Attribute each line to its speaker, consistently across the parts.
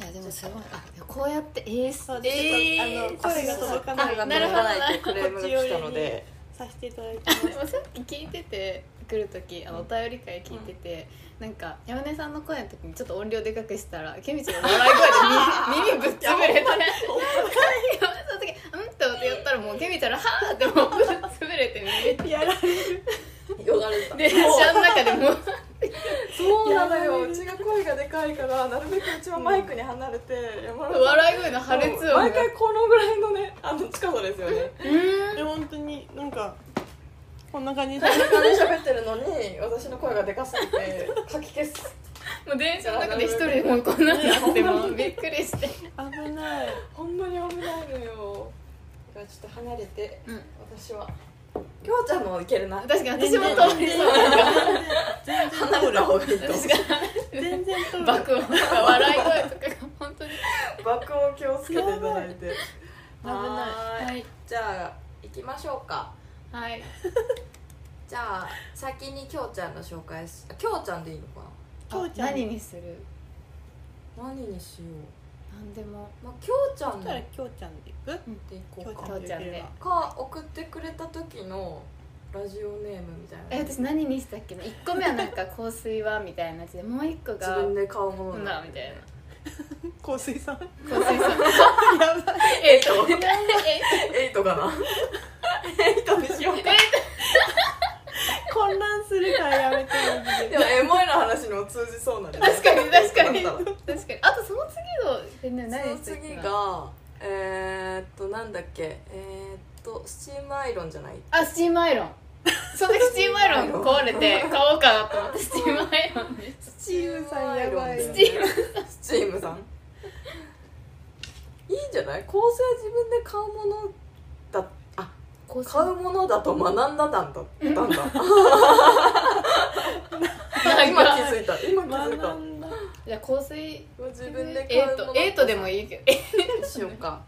Speaker 1: いやでもすごいあこうやって AS
Speaker 2: そう
Speaker 3: えー
Speaker 2: あの声が届かない
Speaker 3: 声が
Speaker 1: なる
Speaker 3: 届
Speaker 1: ほ
Speaker 3: か
Speaker 1: ど
Speaker 3: ないってクレームが来たので
Speaker 2: させていただいて
Speaker 1: あ
Speaker 2: ます
Speaker 1: でもさっき聞いてて来る時あのお便り会聞いてて、なんか山根さんの声の時にちょっと音量でかくしたらケミちゃんの笑い声で耳耳ぶっつぶれて山根さんの時うんって思ってやったらもうケミちゃんの「はーってもうぶっつぶれて耳
Speaker 2: やられ
Speaker 3: よがれた
Speaker 1: 電車の中でもう
Speaker 2: そう
Speaker 3: なのよ
Speaker 2: うちが声がでかいからなるべくうちはマイクに離れて山田さん
Speaker 1: 笑い声の破裂音が
Speaker 2: 毎回このぐらいのねあの近さですよね
Speaker 1: うーん
Speaker 4: で本当になんかこんな感じで
Speaker 3: 田中で喋ってるのに私の声がでかすぎてかき消す
Speaker 1: もう電車の中で一人でもうこんなんなってもうびっくりして
Speaker 4: 危ない
Speaker 2: ほんまに危ないのよ
Speaker 3: だからちょっと離れて
Speaker 1: うん
Speaker 3: 私はきょうちゃんもいけるな
Speaker 1: 確かに私も通りそうなんか
Speaker 4: 全然
Speaker 3: 離れた方がいいと
Speaker 1: 私が
Speaker 4: 全然通る
Speaker 1: 爆音とか笑い声とかが本当に
Speaker 3: 爆音気をつけていただいて
Speaker 4: 危ない
Speaker 3: はーい
Speaker 1: い
Speaker 3: じゃあ行きましょうか
Speaker 1: はい
Speaker 3: じゃあ先にきょうちゃんの紹介しあきょうちゃんでいいのか
Speaker 4: 父ちゃん
Speaker 1: 何にする
Speaker 3: な何にしよ
Speaker 1: 何でも
Speaker 3: うまあきょうちゃん
Speaker 4: そし
Speaker 3: の
Speaker 4: た
Speaker 3: っ
Speaker 4: ら
Speaker 3: て
Speaker 4: きょうちゃんでいく
Speaker 3: いこ
Speaker 4: きょ
Speaker 3: う
Speaker 4: う
Speaker 3: か
Speaker 4: ちゃんでいければ
Speaker 3: か送ってくれた時のラジオネームみたいな
Speaker 1: え私何にしたっけな1個目はなんか香水はみたいなやつでもう1個
Speaker 3: 自
Speaker 1: が
Speaker 3: 分で買うもの
Speaker 1: ほなみたい
Speaker 4: 香水さんや
Speaker 1: な香水 さん
Speaker 4: ばい
Speaker 3: エイト
Speaker 1: え
Speaker 3: エイトかなエイトにしようか
Speaker 4: 混乱するからやめてマ
Speaker 3: で
Speaker 4: ジで
Speaker 3: もエモいの話にも通じそうなんで
Speaker 1: 確かに確かに
Speaker 3: だったら
Speaker 1: 確かにあとその次のえな
Speaker 3: そ
Speaker 1: 何
Speaker 3: の
Speaker 1: にしたっけ
Speaker 3: 次
Speaker 1: な
Speaker 3: がえー、っとなんだっけえー、っとスチームアイロンじゃない
Speaker 1: あスチームアイロンその時スチームアイロン壊れて買おうかなと思ってスチームアイロンに
Speaker 3: ス
Speaker 4: チームさんやばい
Speaker 3: ス
Speaker 1: スチーム
Speaker 3: チームさんいいんじゃない構成自分で買うものだあ
Speaker 1: 香水
Speaker 3: 買うものだと学んだなんだだんだ今気づいた今気づいた
Speaker 4: 学んだ
Speaker 1: じゃあ香水
Speaker 3: 自分で買
Speaker 1: エイ
Speaker 3: うも
Speaker 1: ト
Speaker 3: の
Speaker 1: エイトでもいいけどえ
Speaker 3: しようか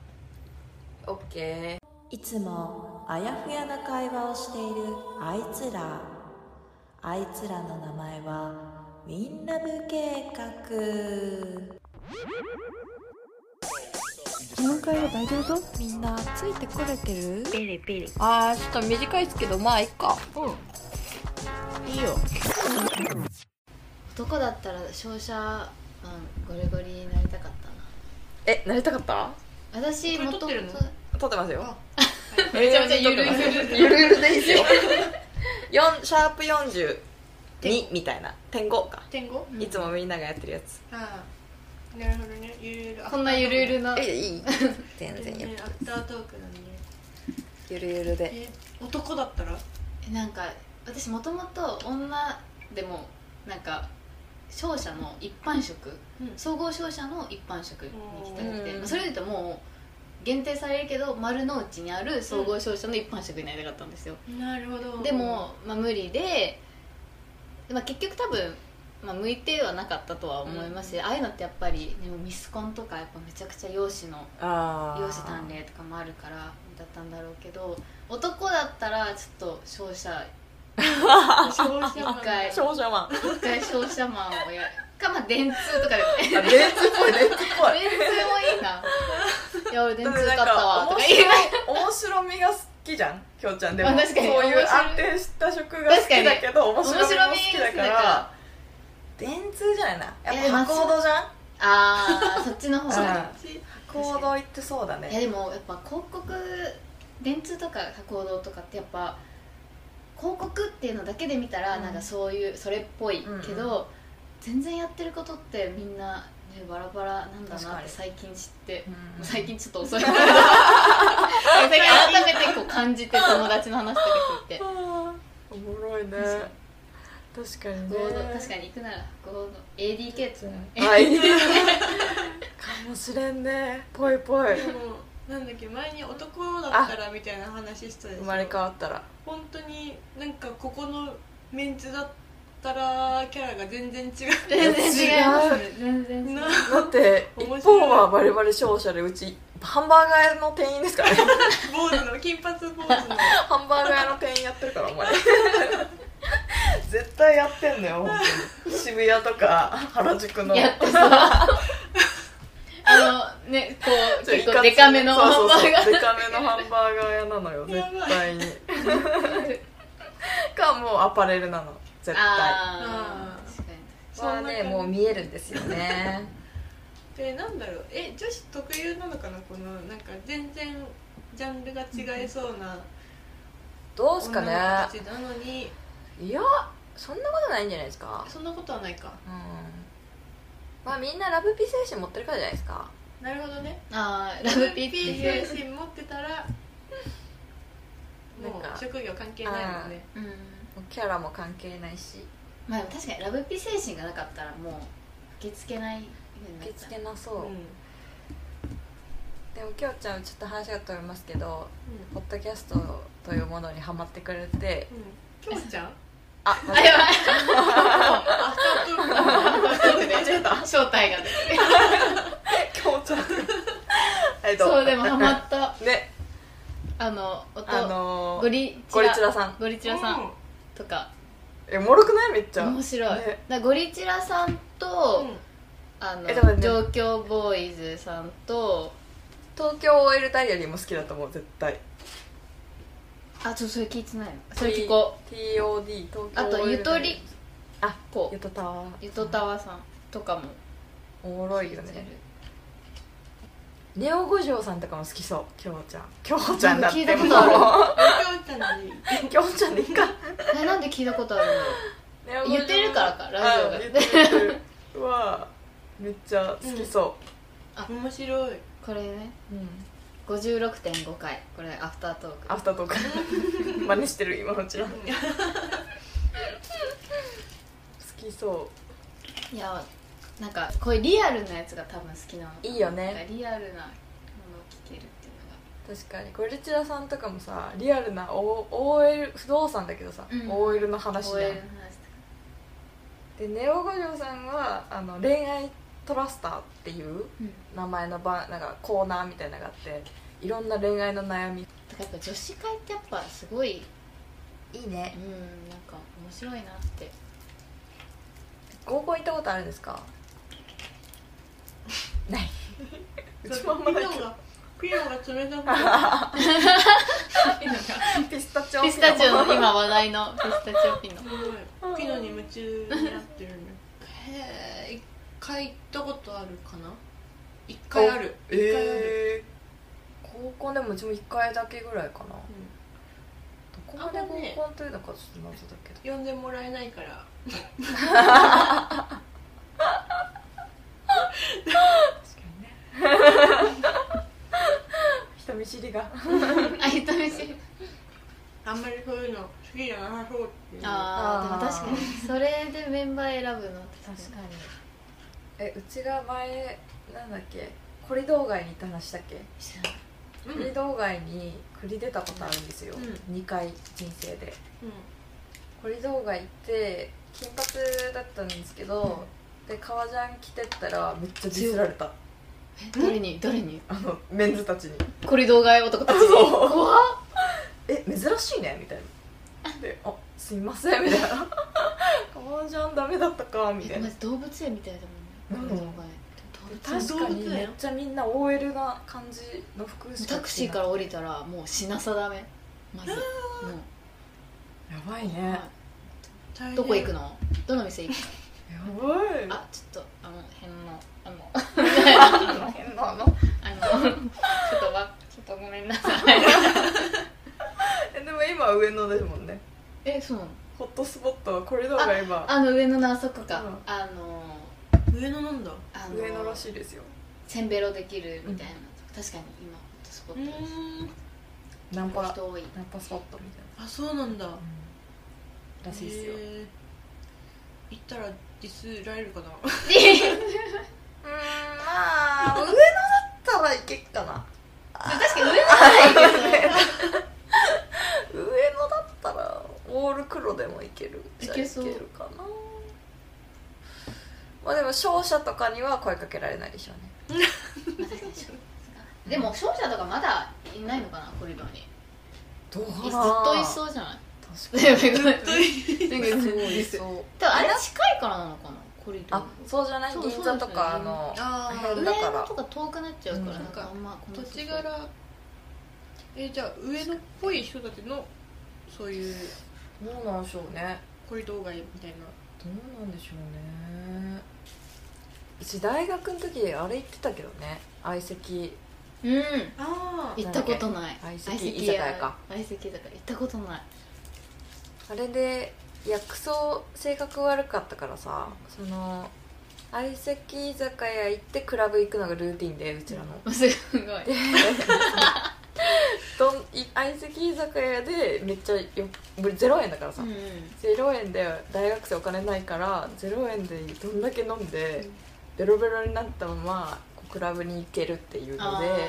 Speaker 3: OK
Speaker 5: いつもあやふやな会話をしているあいつらあいつらの名前はウィンラブ計画
Speaker 4: この会話大丈夫そう
Speaker 5: みんなついてこれてる
Speaker 3: あーちょっと短いですけどまあいっか
Speaker 4: いいよ
Speaker 1: 男だったら商社マンゴリゴリになりたかったな
Speaker 3: えなりたかった
Speaker 1: 私もともと
Speaker 3: 撮ってますよ
Speaker 1: めちゃめちゃゆるゆる
Speaker 3: ゆるゆるでいいですよ四シャープ42みたいな点5か
Speaker 4: 点五
Speaker 3: いつもみんながやってるやつ
Speaker 4: ああなるほどねゆるゆる
Speaker 1: こんなゆるゆるな
Speaker 3: えいい全然よ
Speaker 4: アフタートークなんで
Speaker 3: ゆるゆるで
Speaker 4: え男だったら
Speaker 1: なんか私もともと女でもなんか商社の一般職、
Speaker 4: うん
Speaker 1: 総合商社の一般職に行きたくて、
Speaker 3: うん
Speaker 1: まあそれで言うともう限定されるけど丸の内にある総合商社の一般職になりたかったんですよ、
Speaker 4: なるほど
Speaker 1: でも、まあ、無理で、まあ、結局多分、まあ、向いてはなかったとは思いますし、ああいうのってやっぱりでもミスコンとかやっぱめちゃくちゃ容姿の
Speaker 3: ああ
Speaker 1: 容姿端麗とかもあるからだったんだろうけど男だったらちょっと商社一回
Speaker 3: 少女マン
Speaker 1: 一回商社マンをやかまあ電通とかで もね
Speaker 3: あ電通っぽい電通っぽい
Speaker 1: 電通もいいないや俺電通買ったわとか 言い
Speaker 3: 面白みが好きじゃんきょうちゃんでも、
Speaker 1: まあ確かに
Speaker 3: そういう
Speaker 1: 面白い
Speaker 3: 安定した職が好きだけど面
Speaker 1: 確
Speaker 3: 白
Speaker 1: かに
Speaker 3: みも好きだから電通じゃないなやっぱ博報堂じゃん
Speaker 1: ああそっちの方
Speaker 3: そう
Speaker 1: が
Speaker 3: だ博報堂行ってそうだ
Speaker 1: いや
Speaker 3: ね
Speaker 1: でもやっぱ広告電通とか博報堂とかってやっぱ広告っていうのだけで見たら
Speaker 3: うん
Speaker 1: なんかそういうそれっぽいけど、
Speaker 3: う
Speaker 1: 全然やってることってみんな、ね、バラバラなんだ
Speaker 3: 確
Speaker 1: なっ
Speaker 3: か
Speaker 1: て
Speaker 3: に
Speaker 1: 最近知って
Speaker 3: う。ん
Speaker 1: 最近ちょっと 遅い最近改めてこう感じて友達の話とか聞 いて
Speaker 3: あーおもろいね確かにね
Speaker 1: 合同確かに行くなら合同 ADK とか
Speaker 3: はいかもしれんねぽいぽい
Speaker 4: でもなんだっけ前に男だったらみたいな話したでしょ
Speaker 3: 生まれ変わったら
Speaker 4: 本当になんかここのメンツだったらキャラが全然違う
Speaker 1: 全然違います ね全然違う
Speaker 4: な
Speaker 3: だって一
Speaker 4: 面白い
Speaker 3: 方はバリバリ商社でうちハンバーガー屋の店員ですからね
Speaker 4: 坊主の金髪坊主の
Speaker 3: ハンバーガー屋の店員やってるからお 前絶対やってんのよ本当に渋谷とか原宿の
Speaker 1: やってそうう結構デカめのハンバーガー
Speaker 3: そうそうそうデカめのハンバーガー屋なのよ絶対に かもうアパレルなの絶対
Speaker 1: ああ確かに
Speaker 4: そんな感じ
Speaker 3: 見えるんですよね
Speaker 4: でなんだろうえ女子特有なのかなこのなんか全然ジャンルが違いそうな
Speaker 3: どうすか
Speaker 4: 女
Speaker 3: ね
Speaker 4: の子たちなのに
Speaker 3: いやそんなことないんじゃないですか
Speaker 4: そんなことはないか
Speaker 3: うんまあみんなラブピ精神持ってるからじゃないですか
Speaker 4: なるほどね
Speaker 1: あーラブピーってい
Speaker 4: 精
Speaker 1: う、
Speaker 4: 神持ってたらも
Speaker 3: なんか
Speaker 4: う職業関係ないもんね
Speaker 1: うん、
Speaker 3: キャラも関係ないし
Speaker 1: まあでも確かにラブピー精神がなかったらもう受け付けないようにな
Speaker 3: 受
Speaker 1: っ
Speaker 3: け
Speaker 1: ちゃう
Speaker 3: 付けなそう、
Speaker 4: うん
Speaker 3: でもきょうちゃんちょっと話が飛びますけどポッドキャストというものにハマってくれて
Speaker 4: きょうち ゃん
Speaker 3: あ
Speaker 1: あや ばい
Speaker 4: アフタートーク
Speaker 1: 正体がね
Speaker 3: きょうちゃんえっと
Speaker 1: そうでもハマった
Speaker 3: ね
Speaker 1: あの音
Speaker 3: あのー
Speaker 1: ゴリチ
Speaker 3: ゴリ
Speaker 1: ラ
Speaker 3: チラさん
Speaker 1: ゴリチラさ
Speaker 4: うん
Speaker 1: とか
Speaker 3: えもろくないめっちゃ
Speaker 1: 面白い、
Speaker 3: ね
Speaker 1: だゴリチラさんと、
Speaker 4: ん
Speaker 1: あの
Speaker 3: えでもね
Speaker 1: 上京ボーイズさんと
Speaker 3: 東京 OL ダイアリーも好きだと思う絶対
Speaker 1: あちょっとそれ聞いてないのそれ聞こ
Speaker 3: TOD 東京 OL
Speaker 1: あとゆとり
Speaker 3: あ
Speaker 1: うこ
Speaker 3: ゆ
Speaker 1: う
Speaker 3: とたわ
Speaker 1: ゆとたわさんとかも
Speaker 3: おもろい よねネオ五条さんとかも好きそうきょうちゃんきょうちゃんだって
Speaker 1: 聞いたことあ
Speaker 4: きょうちゃん に
Speaker 3: もうきょうちゃんでいいか
Speaker 1: えなんで聞いたことある の 言ってるからかラジオ
Speaker 3: あ
Speaker 1: が
Speaker 3: 言ってるはめっちゃ好きそ
Speaker 4: 面白い
Speaker 1: これね
Speaker 3: う、うん
Speaker 1: 56.5回これアフタートーク
Speaker 3: アフタートーク 真似してる今のうちら好きそ
Speaker 1: いやなんかこういうリアルなやつが多分好きなの
Speaker 3: いいよね
Speaker 1: なんかリアルなものを聞けるっていうのが
Speaker 3: う確かにゴルチラさんとかもさリアルな、O、OL 不動産だけどさ、
Speaker 1: うん
Speaker 3: OL の話じゃん
Speaker 1: OL の話
Speaker 3: でネオ五条さんはあの恋愛トラスターっていう
Speaker 1: うん
Speaker 3: 名前のばなんかコーナーみたいなのがあっていろんな恋愛の悩み
Speaker 1: とかやっぱ女子会ってやっぱすごい
Speaker 3: いいね
Speaker 1: うんなんか面白い なって
Speaker 3: 合コン行ったことあるんです かない うちもあんまないけど
Speaker 4: ピノが冷たく な
Speaker 3: ピスタチオ
Speaker 1: ピスタチオの今話題のピ スタチオピノ
Speaker 4: るピノに夢中になってるねへえ一回行ったことあるかな一回ある一回ある、
Speaker 3: えー、高校でもうちも1回だけぐらいかなどこまで
Speaker 4: あんまね
Speaker 3: 合コンというのかちょっと謎だけど
Speaker 4: うん、呼んでもらえないから
Speaker 3: 確かにね 人見知りが
Speaker 1: あ人見知り
Speaker 4: あんまりそういうの好きじゃなさそうっていう
Speaker 1: ああでも確かにそれでメンバー選ぶの確
Speaker 3: 確かにえうちが前なんだっけコリドー街に行った話したっけ
Speaker 4: うん
Speaker 3: コリドー街に栗出たことあるんですよ、
Speaker 4: う
Speaker 3: 2回人生で
Speaker 4: うん
Speaker 3: コリドー街行って金髪だったんですけど、で革ジャン着てったらめっちゃディスられた
Speaker 1: に誰に誰に
Speaker 3: あのメンズたちに
Speaker 1: コリドー街男たちに
Speaker 3: そう
Speaker 1: 怖っ
Speaker 3: え珍しいねみたいなで「あすいません」みたいな「革ジャンダメだったか」みた
Speaker 1: え
Speaker 3: い
Speaker 1: マ
Speaker 3: な
Speaker 1: ジ動物園みたいだもんねコリドー街動
Speaker 3: 確
Speaker 1: 物園
Speaker 3: かにめっちゃみんな OL な感じの服しか着てない
Speaker 1: タクシーから降りたらもう品定めまずも
Speaker 3: やばいね
Speaker 4: 大
Speaker 1: う
Speaker 4: 変
Speaker 1: どこ行くのどの店行くの
Speaker 3: やばい
Speaker 1: あちょっとあの辺のあの
Speaker 3: あの変なの
Speaker 1: あのちょっとわちょっとごめんなさい
Speaker 3: えでも今上野ですもんね
Speaker 1: えそうなの
Speaker 3: ホットスポットはコリドーが今
Speaker 1: あの上野のあそこか、
Speaker 3: うん
Speaker 1: あの
Speaker 4: 上野なんだ
Speaker 1: あの
Speaker 3: 上野らしいですよ
Speaker 1: せんべろできるみたいな、確かに今ホットスポ
Speaker 4: う
Speaker 1: ットです
Speaker 4: ーん
Speaker 3: ナンパ
Speaker 1: 人多い
Speaker 3: ナンパスポットみたい
Speaker 4: あそうなんだ
Speaker 3: な、らしいですよ
Speaker 4: へえ行ったらディスられるかな
Speaker 3: うんまあ上野だったらいけっかな
Speaker 1: 確かに上野はないけど
Speaker 3: 上野だったらオール黒でもいけるじゃあ
Speaker 1: いけそう
Speaker 3: いけるかなまあでも商社とかには声かけられないでしょうね
Speaker 1: まあ確かにそう かでも勝者とかまだいないのかなコリドーに
Speaker 3: どう
Speaker 1: ずっといそうじゃない
Speaker 3: 確か
Speaker 1: ずっとい
Speaker 3: にそうい
Speaker 1: 多分あれ近いからなのかな降りる
Speaker 3: あそうじゃない
Speaker 1: そう
Speaker 3: 銀座とかあの
Speaker 4: あ
Speaker 3: あ
Speaker 4: ー
Speaker 3: だから
Speaker 1: 上野とか遠くなっちゃうから、
Speaker 3: うん
Speaker 1: なんかあんまこ
Speaker 4: 土
Speaker 1: の
Speaker 4: 地柄えじゃあ上野っぽい人たちのそういう
Speaker 3: どうなんでしょうね
Speaker 4: コリドー街みたいな
Speaker 3: どうなんでしょうねうち大学の時あれ行ってたけどね相席
Speaker 1: うん
Speaker 4: あ
Speaker 1: 行ったことない
Speaker 3: 相席居酒屋か
Speaker 1: 相席居酒屋行ったことない
Speaker 3: あれでいやクソ性格悪かったからさその相席居酒屋行ってクラブ行くのがルーティンでうちらの、
Speaker 1: すごい
Speaker 3: でどんい相席居酒屋でめっちゃよ0円だからさ、
Speaker 1: うん
Speaker 3: 0円で大学生お金ないから0円でどんだけ飲んでベロベロになったままこうクラブに行けるっていうの
Speaker 1: あ
Speaker 3: で
Speaker 1: ー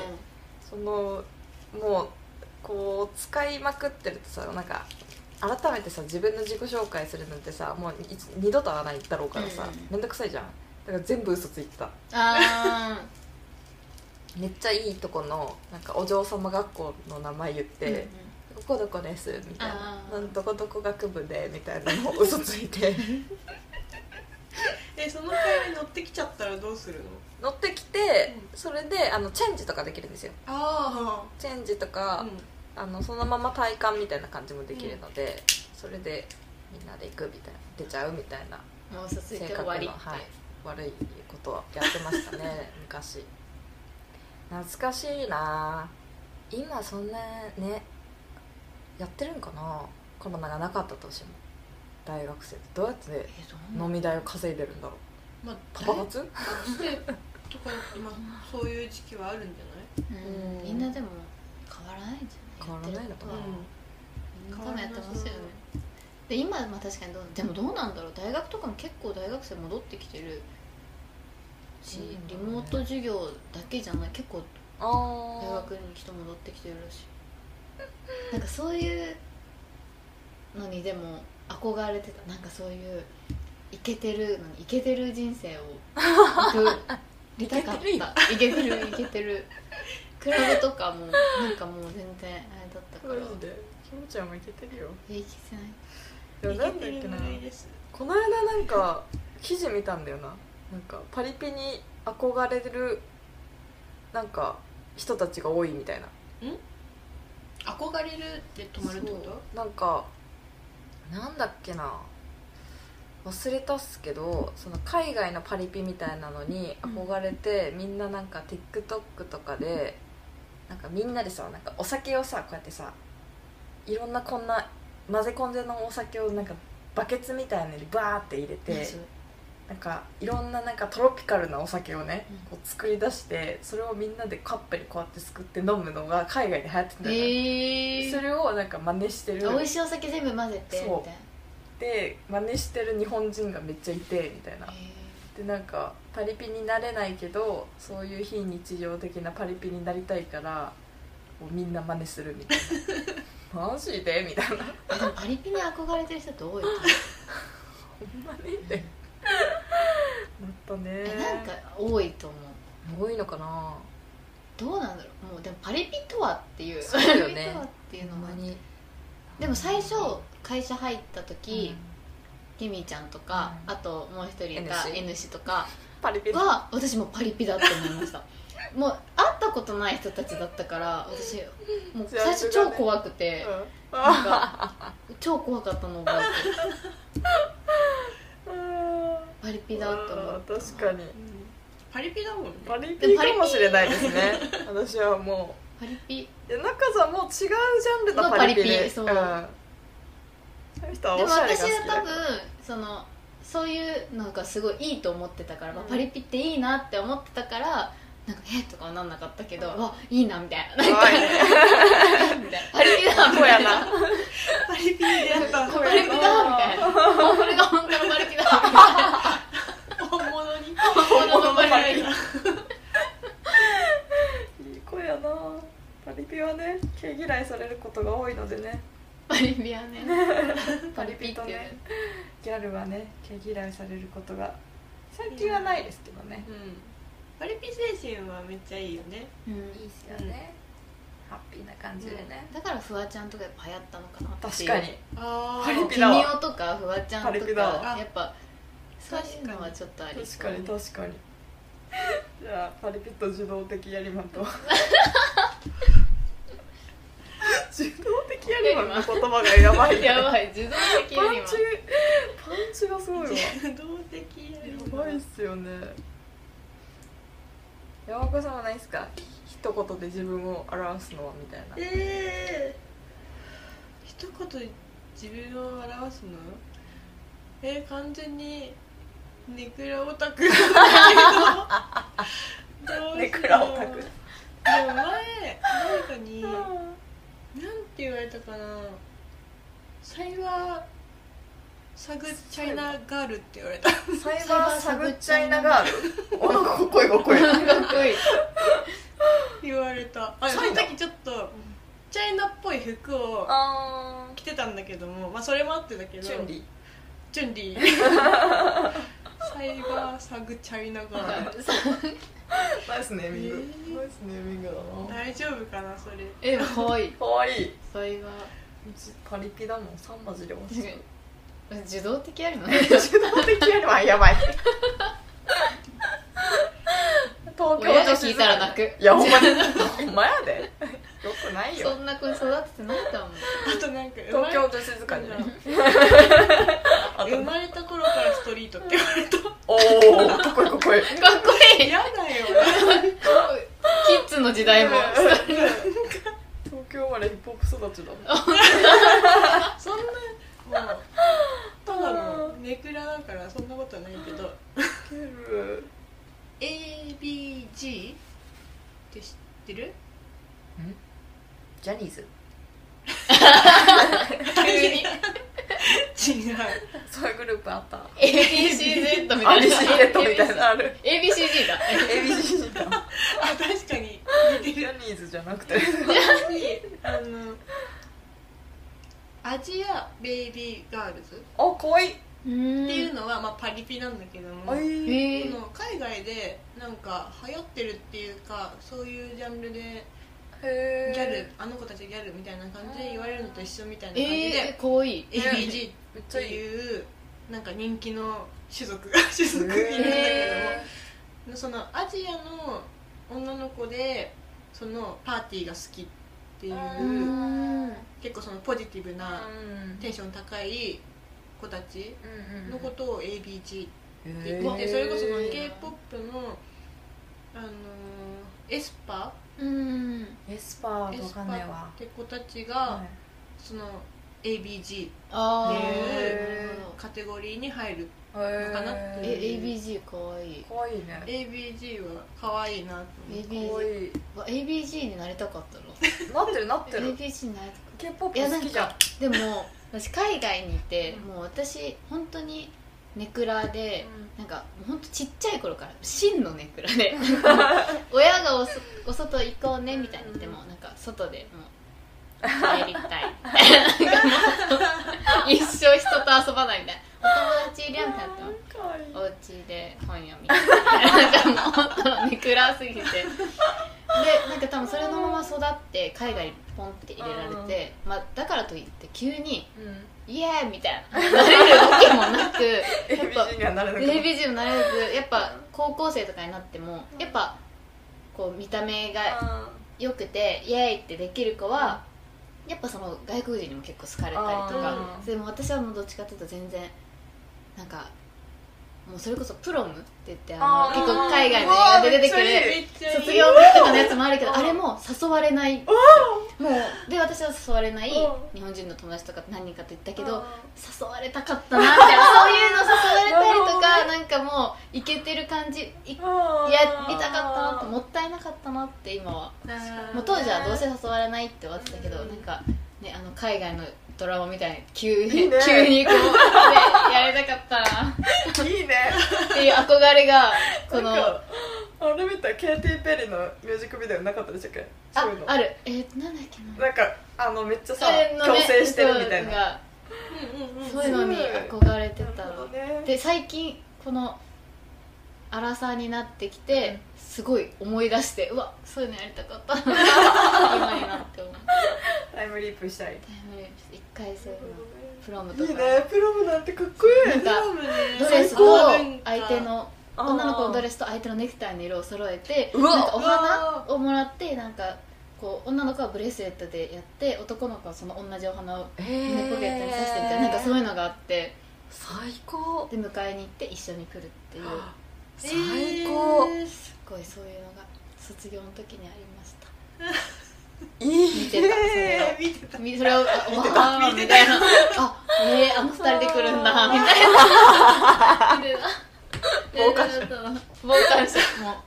Speaker 3: そのもうこう使いまくってるとさなんか改めてさ自分の自己紹介するのってさもういつ二度と会わないだろうからさ、
Speaker 1: うんうん
Speaker 3: めんどくさいじゃんだから全部嘘ついてた
Speaker 1: あ
Speaker 3: めっちゃいいとこのなんかお嬢様学校の名前言っ
Speaker 1: ー
Speaker 3: て、どこどこですみたいな
Speaker 1: あー
Speaker 3: どこどこ学部でみたいなのを嘘ついて
Speaker 4: えその会に乗ってきちゃったらどうするの
Speaker 3: 乗ってきてそれであのチェンジとかできるんですよ
Speaker 4: あ
Speaker 3: チェンジとか、
Speaker 4: う
Speaker 3: あのそのまま体感みたいな感じもできるので、それでみんなで行くみたいな出ちゃうみたいな
Speaker 1: うんもう嘘つい
Speaker 3: 性
Speaker 1: て
Speaker 3: 格
Speaker 1: 終
Speaker 3: の、は
Speaker 1: わ
Speaker 3: い
Speaker 1: り、
Speaker 3: 悪いことをやってました ね昔懐かしいな今そんなねやってるんかなコロナがなかったとしても大学生ってどうやって
Speaker 1: えどうな
Speaker 3: 飲み代を稼いでるんだろう
Speaker 4: まあ
Speaker 3: パパ活
Speaker 4: 学生とか今そういう時期はあるんじゃ
Speaker 1: うん
Speaker 3: うん
Speaker 1: みんなでも変わらないんじゃない
Speaker 3: 変わらないのかな
Speaker 1: や
Speaker 4: な
Speaker 1: ってることはみんな多分やって
Speaker 4: いうん
Speaker 1: ますよねで今は確かにどうでもどうなんだろう大学とかも結構大学生戻ってきてるし、
Speaker 3: そうなんだ
Speaker 1: リ
Speaker 3: ね
Speaker 1: モート授業だけじゃない結構大
Speaker 3: あ
Speaker 1: 学に人戻ってきてるらしいなんかそういうのにでも憧れてたなんかそういうイケてるのにイケてる人生 を送りたかったイケてるイケてるクラブとかもなんかもう全然あれだったから
Speaker 3: ジでキムちゃんもいけてるよ
Speaker 1: えいけてない
Speaker 3: でもなんだっ
Speaker 4: いけ
Speaker 3: け
Speaker 4: て
Speaker 3: な
Speaker 4: るないです
Speaker 3: この間なんか記事見たんだよななんかパリピに憧れるなんか人たちが多いみたいな
Speaker 4: 憧れるって泊まるってこと
Speaker 3: なんかなんだっけな忘れたっすけどその海外のパリピみたいなのに憧れて、みんななんか TikTok とかでなんかみんなでさなんかお酒をさこうやってさいろんなこんな混ぜ込んでのお酒をなんかバケツみたいのにバーって入れて。
Speaker 1: 何それ
Speaker 3: なんかいろんななんかトロピカルなお酒をね
Speaker 1: うん
Speaker 3: こう作り出してそれをみんなでカップにこうやってすくって飲むのが海外で流行ってたのよ
Speaker 1: えー
Speaker 3: それをなんか真似してる
Speaker 1: あ美味しいお酒全部混ぜてみたい
Speaker 3: そう
Speaker 1: な
Speaker 3: で真似してる日本人がめっちゃいてみたいな
Speaker 1: え
Speaker 3: でなんかパリピになれないけどそういう非日常的なパリピになりたいからこうみんな真似するみたい なマジでみたいな
Speaker 1: ーでもパリピに憧れてる人って多い と思う
Speaker 3: ほんまにってなったね
Speaker 1: えなんか多いと思う
Speaker 3: 多いのかな
Speaker 1: どうなんだろうもうでもパリピとはっていう
Speaker 3: そうよね
Speaker 1: パリピとはっていう
Speaker 3: ほん
Speaker 1: のは
Speaker 3: まに
Speaker 1: でも最初会社入った時、
Speaker 3: うん
Speaker 1: ケミちゃんとか、
Speaker 3: うん
Speaker 1: あともう一人いた
Speaker 3: N 氏
Speaker 1: N 氏とか
Speaker 3: パリピだ
Speaker 1: は私もパリピだって思いましたもう会ったことない人たちだったから私もう最初
Speaker 3: ジャンルが
Speaker 1: 超
Speaker 3: ね
Speaker 1: 怖くて、
Speaker 3: うん
Speaker 1: なんか超怖かったの覚えてるパリピだって思った
Speaker 3: 確かに
Speaker 4: うんパリピだもんね
Speaker 3: パリピかもしれないですね私はも
Speaker 1: パリピ
Speaker 3: ういや中さんもう違うジャンルのパリピ
Speaker 1: のパリ
Speaker 3: で
Speaker 1: ピそう
Speaker 3: うん、そういう人は
Speaker 1: で
Speaker 3: お
Speaker 1: も
Speaker 3: しゃれ
Speaker 1: 私
Speaker 3: が好き
Speaker 1: は
Speaker 3: だか
Speaker 1: 多分
Speaker 3: ら
Speaker 1: そのそういうのがすごいいいと思ってたから、まあパリピっていいなって思ってたからなんか「えっ?」とかはなんなかったけど「わいいな」みたいな「なんか
Speaker 3: 怖いね
Speaker 1: みたいな パリ ピだ」み
Speaker 3: こう
Speaker 1: た
Speaker 3: や
Speaker 1: いな
Speaker 3: な
Speaker 4: パリピに出会った
Speaker 1: 「パリピだ」みたいな「これが本当のパリピだ」みたいな
Speaker 4: 本物に
Speaker 1: 「本当のパリピだ」
Speaker 3: いい子やなパリピはね毛嫌いされることが多いのでね
Speaker 1: パリピはねパリピっていうね
Speaker 3: ギャルはね毛嫌いされることが最近はないですけどね
Speaker 4: うんパリピ精神はめっちゃいいよね
Speaker 1: うん
Speaker 3: っす
Speaker 4: よね、
Speaker 3: ハッピーな感
Speaker 4: じでね
Speaker 1: だからフワちゃんとかやっぱ流行ったのかなっていう
Speaker 3: 確かに
Speaker 4: あ
Speaker 3: パリピ
Speaker 1: キミ
Speaker 3: だわ
Speaker 1: オとかフワちゃん
Speaker 3: パリ
Speaker 1: と
Speaker 3: ピ
Speaker 1: か
Speaker 3: だわ
Speaker 1: やっぱそういうのはちょっとあり
Speaker 3: 確かに確かに
Speaker 2: じゃあパリピット受動的やりまん と受動的やりまんの言葉がやばいね
Speaker 1: やばい自動的
Speaker 2: パ
Speaker 1: よ
Speaker 2: ン
Speaker 1: りも
Speaker 2: チパンチがすごいわや
Speaker 4: 自動的やり
Speaker 2: ばいっすよね
Speaker 3: 山岡さんはないですか
Speaker 2: 一言で自分を表すのはみたいな
Speaker 4: ええ一言で自分を表すのえー、完全にネクラオ タクなんだけどどうしよう
Speaker 2: ネクラオタク
Speaker 4: でも前誰かになんて言われたかなサイバーサグチャイナガールって言われ た
Speaker 3: サイバーサグチャイナガー ルおなんかかっこいいかっこいい
Speaker 1: かっこいい
Speaker 4: 言われたあそ
Speaker 3: サイ
Speaker 4: の
Speaker 3: ナ
Speaker 4: 時ちょっとチャイナっぽい服を
Speaker 3: あ
Speaker 4: 着てたんだけどもまあそれもあってだけど
Speaker 3: チュンリー
Speaker 4: チュ ンリーサイバーサグチャイナガール
Speaker 2: ナイスネーミング
Speaker 4: えー
Speaker 2: ナイスネーミングだな
Speaker 4: 大丈夫かなそれ
Speaker 1: えかわいい
Speaker 2: かわいい
Speaker 1: それは
Speaker 2: パリピだもんサンバジで押
Speaker 1: 確
Speaker 2: し
Speaker 1: か
Speaker 2: て
Speaker 1: に自動的やるの
Speaker 2: 受動的やりまんやばい東京
Speaker 1: 親
Speaker 2: 女
Speaker 1: が
Speaker 2: 子
Speaker 1: 聞いたら泣く
Speaker 2: いやほんまにほんまやでよくないよ
Speaker 1: そんな子に育ててないと思う
Speaker 4: あとなんか
Speaker 2: 東京女子図鑑じゃないあ
Speaker 4: 生まれた頃からストリートって言われた
Speaker 2: おおかっこいいかっこいい
Speaker 1: かっこいい
Speaker 4: 嫌だよ
Speaker 1: キッズの時代も
Speaker 2: 東京生まれヒップホップ育ちだもん
Speaker 4: そんなもうただのネクラだからそんなことはないけど
Speaker 2: ケル
Speaker 4: ABG って知って る
Speaker 3: ジャニーズ
Speaker 1: 急に
Speaker 4: 違う
Speaker 2: そういうグループあった
Speaker 1: ABCZ みたいな
Speaker 2: ABCZ みたいなのあ る
Speaker 1: ABCG だ
Speaker 2: ABCG だ
Speaker 4: あ確かに似て
Speaker 2: ジ
Speaker 4: る
Speaker 2: ャニーズじゃなくて
Speaker 4: あのアジアベイビーガールズ
Speaker 2: あかわいい
Speaker 1: って
Speaker 4: っていう
Speaker 1: の
Speaker 4: のは、まあ、パリピなんだけども、
Speaker 2: あいい
Speaker 1: え
Speaker 4: その海外でなんか流行ってるっていうかそういうジャンルでギ
Speaker 2: へー
Speaker 4: ャルあの子たちギャルみたいな感じで言われるのと一緒みたいな感じ
Speaker 1: え
Speaker 4: で、
Speaker 1: ー、かわいい
Speaker 4: ABG
Speaker 2: めっ
Speaker 4: っ
Speaker 2: ちゃ
Speaker 4: て
Speaker 2: いい
Speaker 4: いうなんか人気の種族が 種族いるんだけども、
Speaker 1: へ
Speaker 4: そのアジアの女の子でそのパーティーが好きっていう、
Speaker 2: うん
Speaker 4: 結構そのポジティブ
Speaker 3: う
Speaker 4: なんテンション高い子たち
Speaker 3: うんうん
Speaker 4: のことを ABG って
Speaker 3: へ
Speaker 4: 言って
Speaker 3: ー
Speaker 4: それこそその
Speaker 1: へー
Speaker 4: k p o p の、あのーエスパ
Speaker 1: うん
Speaker 3: エスパ
Speaker 4: エ
Speaker 3: ーわ
Speaker 4: スパ
Speaker 3: かんないわ
Speaker 4: って子たちが、
Speaker 3: は
Speaker 4: その ABG って
Speaker 1: あ
Speaker 4: い
Speaker 1: ー
Speaker 4: う
Speaker 1: なるほど
Speaker 4: カテゴリーに入る
Speaker 3: いへ
Speaker 4: かなって
Speaker 1: え ABG かわいい
Speaker 3: かわいいね
Speaker 4: ABG は可愛いなと思って
Speaker 1: ABG
Speaker 3: かわいい
Speaker 1: わ ABG になりたかったの
Speaker 3: なってるなってる
Speaker 1: ABG になりたかっ
Speaker 3: K-POP
Speaker 1: いやなん
Speaker 3: 好
Speaker 1: か
Speaker 3: きじゃん
Speaker 1: たでも私海外にいて
Speaker 3: うん
Speaker 1: もう私本当にネクラでなんか本当ちっちゃい頃から真のネクラ で親がおそお外行こうねみたいに言ってもなんか外でもう 帰りたいなんかもう一生人と遊ばないみたいなお友達いるやんってなっても
Speaker 2: かわいい
Speaker 1: お家で本読みたいななんかもう本当にクラすぎてでなんか多分それのまま育って海外にポンって入れられて、まあ、だからといって急に
Speaker 3: うん
Speaker 1: 「イエーイ!」みたいななれるわけもなくやっぱ
Speaker 2: ABG にはなれなくな
Speaker 1: ABG もなれずやっぱ高校生とかになってもやっぱこう見た目が良くてイエーイってできる子はやっぱその外国人にも結構好かれたりとか
Speaker 3: うん
Speaker 1: でも私はもうどっちかというと全然なんかもうそれこそプロムって言ってあ
Speaker 3: あ
Speaker 1: の
Speaker 3: ー
Speaker 1: 結構海外の映画で出てく
Speaker 2: うわー
Speaker 1: る
Speaker 4: めっちゃいい
Speaker 1: 卒業文とかのやつもあるけどあれも誘われないもうで私は誘われない
Speaker 2: うん
Speaker 1: 日本人の友達とか何人かと言ったけ
Speaker 2: け
Speaker 1: ど誘われたかったなみたいなそういうの誘われたりとかなんかもういけてる感じいいや見たかったなってもったいなかったなって今はもう当時はどうせ誘われないって終わってたけど、
Speaker 2: うん
Speaker 1: なんか、ね、あの海外のドラマみたいに急に
Speaker 2: いいね
Speaker 1: 急にこう、ね、やれたか ったな
Speaker 2: ていいね
Speaker 1: っていう憧れがこの
Speaker 2: なん
Speaker 1: あ
Speaker 2: かあれ見たケイティ・ペリーのミュージックビデオなかったでしたっけそういうの
Speaker 1: あるえー、なんだっけな
Speaker 2: なんかあのめっちゃさ
Speaker 1: そういうの
Speaker 2: 強
Speaker 1: ね
Speaker 2: 制してるみたいな
Speaker 1: そうそういうのに憧れてたので最近この荒さになってきてすごい思い出してうわそういうのやりたか ったな今になって思う
Speaker 2: タイムリープしたい
Speaker 1: タイムリープして一回そういうのプロム
Speaker 2: い
Speaker 1: と
Speaker 2: い
Speaker 1: か
Speaker 2: ねプロムなんてかっこいい
Speaker 1: なんか
Speaker 4: そうね
Speaker 1: ドレス
Speaker 4: 最高
Speaker 1: と
Speaker 4: だね
Speaker 1: 相手の女の子のドレスと相手のネクタイの色を揃えて
Speaker 3: うわ
Speaker 1: なんかお
Speaker 2: う
Speaker 1: 花
Speaker 2: わ
Speaker 1: をもらってなんかこう女の子はブレスレットでやって男の子はその同じお花を
Speaker 3: え
Speaker 1: 胸ポケットに刺してみたいな,、なんかそういうのがあって
Speaker 3: 最高
Speaker 1: で迎えに行って一緒に来るっていう
Speaker 3: 最高、
Speaker 4: えー
Speaker 1: すっごいそういうのが卒業の時にありました
Speaker 3: いい
Speaker 1: 見てたそれ
Speaker 4: えー見てた
Speaker 1: をみそれをあわあみたいなあえー、あの二人で来るん だみたいな 見れた
Speaker 3: 傍観
Speaker 1: 者傍観者も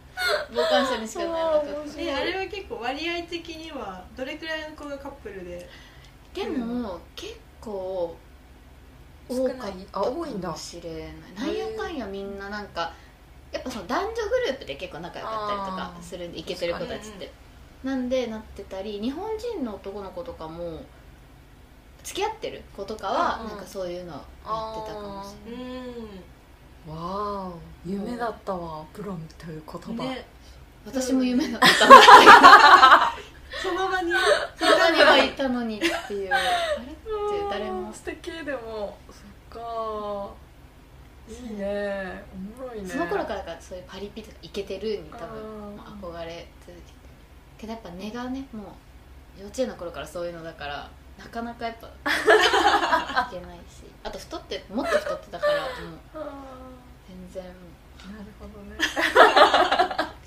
Speaker 1: う傍観者にしかならなかった
Speaker 4: えあれは結構割合的にはどれくらいの子がカップルで
Speaker 1: でも結構
Speaker 3: 少な
Speaker 1: 多
Speaker 3: い
Speaker 1: かった
Speaker 3: あ
Speaker 1: か
Speaker 3: 多いんだ
Speaker 1: もしれないなんやかんやみんななんかやっぱその男女グループで結構仲良かったりとか
Speaker 3: あー
Speaker 1: するんでイケてる子たち
Speaker 4: 確
Speaker 1: っ
Speaker 4: かに
Speaker 1: てなんでなってたり日本人の男の子とかも付き合ってる子とかは
Speaker 3: うんうん
Speaker 1: なんかそういうのやってたかもし
Speaker 4: う
Speaker 1: れない
Speaker 3: わ
Speaker 4: ん
Speaker 3: あ夢だったわプロムという言葉、
Speaker 4: ね
Speaker 1: 私も夢だったんだけど
Speaker 4: その場に
Speaker 1: そこにはいたのにっていうあれって誰も
Speaker 3: 素敵でもそっかいいねおもろいね
Speaker 1: その頃からだからそういうパリピとかイケてるに多分
Speaker 3: 分
Speaker 1: 憧れ続けてけどやっぱ根がねもう幼稚園の頃からそういうのだからなかなかやっぱいけないしあと太ってもっと太ってたからもう全然
Speaker 3: なるほどね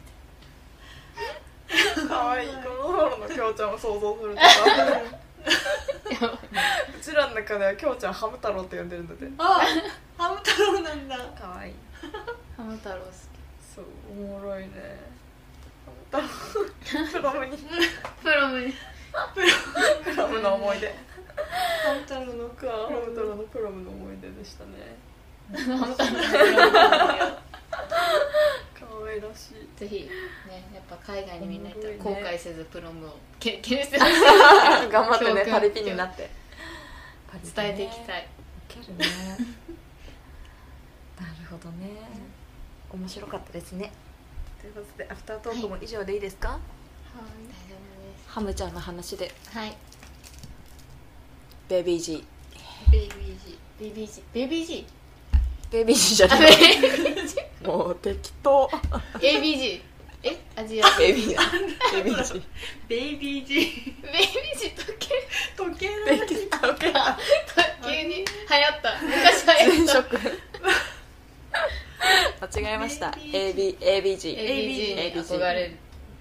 Speaker 2: 可 愛いこの頃のきょうちゃんを想像するとかうちらの中ではきょうちゃんハム太郎って呼んでるんだって
Speaker 4: あハム太郎なんだ
Speaker 2: かわいい
Speaker 1: ハム太郎好き
Speaker 2: そうおもろいね ハム太郎プロムに
Speaker 1: プロムに
Speaker 2: プロムの思い出
Speaker 4: ハム太郎の
Speaker 2: 僕はハム太郎のプロムの思い出でしたね
Speaker 1: ハム太郎のプロ ムなんだよ
Speaker 2: 可愛らしい
Speaker 1: ぜひねやっぱ海外にみんな行ったら
Speaker 2: すご
Speaker 1: 後
Speaker 2: いね
Speaker 1: 悔せずプロムを経験してほしい
Speaker 3: 頑張って
Speaker 1: 教
Speaker 3: ね
Speaker 1: 訓
Speaker 3: パリピになってパリピね
Speaker 1: 伝えていきたい
Speaker 3: いけるねなるほどね面白かったですねということでアフタートークも以上でいいですか、
Speaker 1: 大丈夫で
Speaker 3: ハムちゃんの話です
Speaker 1: はい
Speaker 3: ベビー G
Speaker 4: ベイビージ
Speaker 1: BBG BBG
Speaker 3: ベビー G じ ゃ
Speaker 1: あ
Speaker 3: ないもう適当
Speaker 1: ABG えアジ ア
Speaker 3: ベビーベビー G
Speaker 4: ベイビージ
Speaker 1: BBG 時計
Speaker 4: 時計の
Speaker 3: 適当か
Speaker 1: 急に流行った 昔は
Speaker 3: 前
Speaker 1: 行っ た
Speaker 3: 職間違えました ABABG
Speaker 4: ABG
Speaker 1: ABG に
Speaker 3: ABG
Speaker 1: 憧れ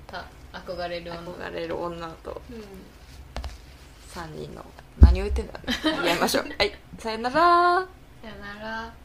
Speaker 1: た憧れる女
Speaker 3: 憧れる女と
Speaker 4: うん
Speaker 3: 3人の何を言ってんだやりましょうはいさよなら
Speaker 1: さよなら